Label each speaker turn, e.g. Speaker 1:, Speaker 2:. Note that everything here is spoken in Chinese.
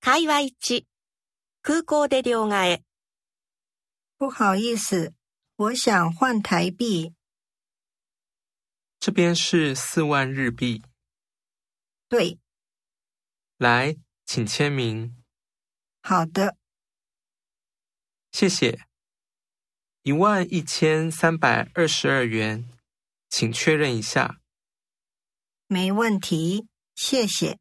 Speaker 1: 会話1、空港で両替。
Speaker 2: 不好意思，我想换台币。
Speaker 3: 这边是四万日币，
Speaker 2: 对，
Speaker 3: 来，请签名，
Speaker 2: 好的，
Speaker 3: 谢谢。一万一千三百二十二元，请确认一下。
Speaker 2: 没问题，谢谢。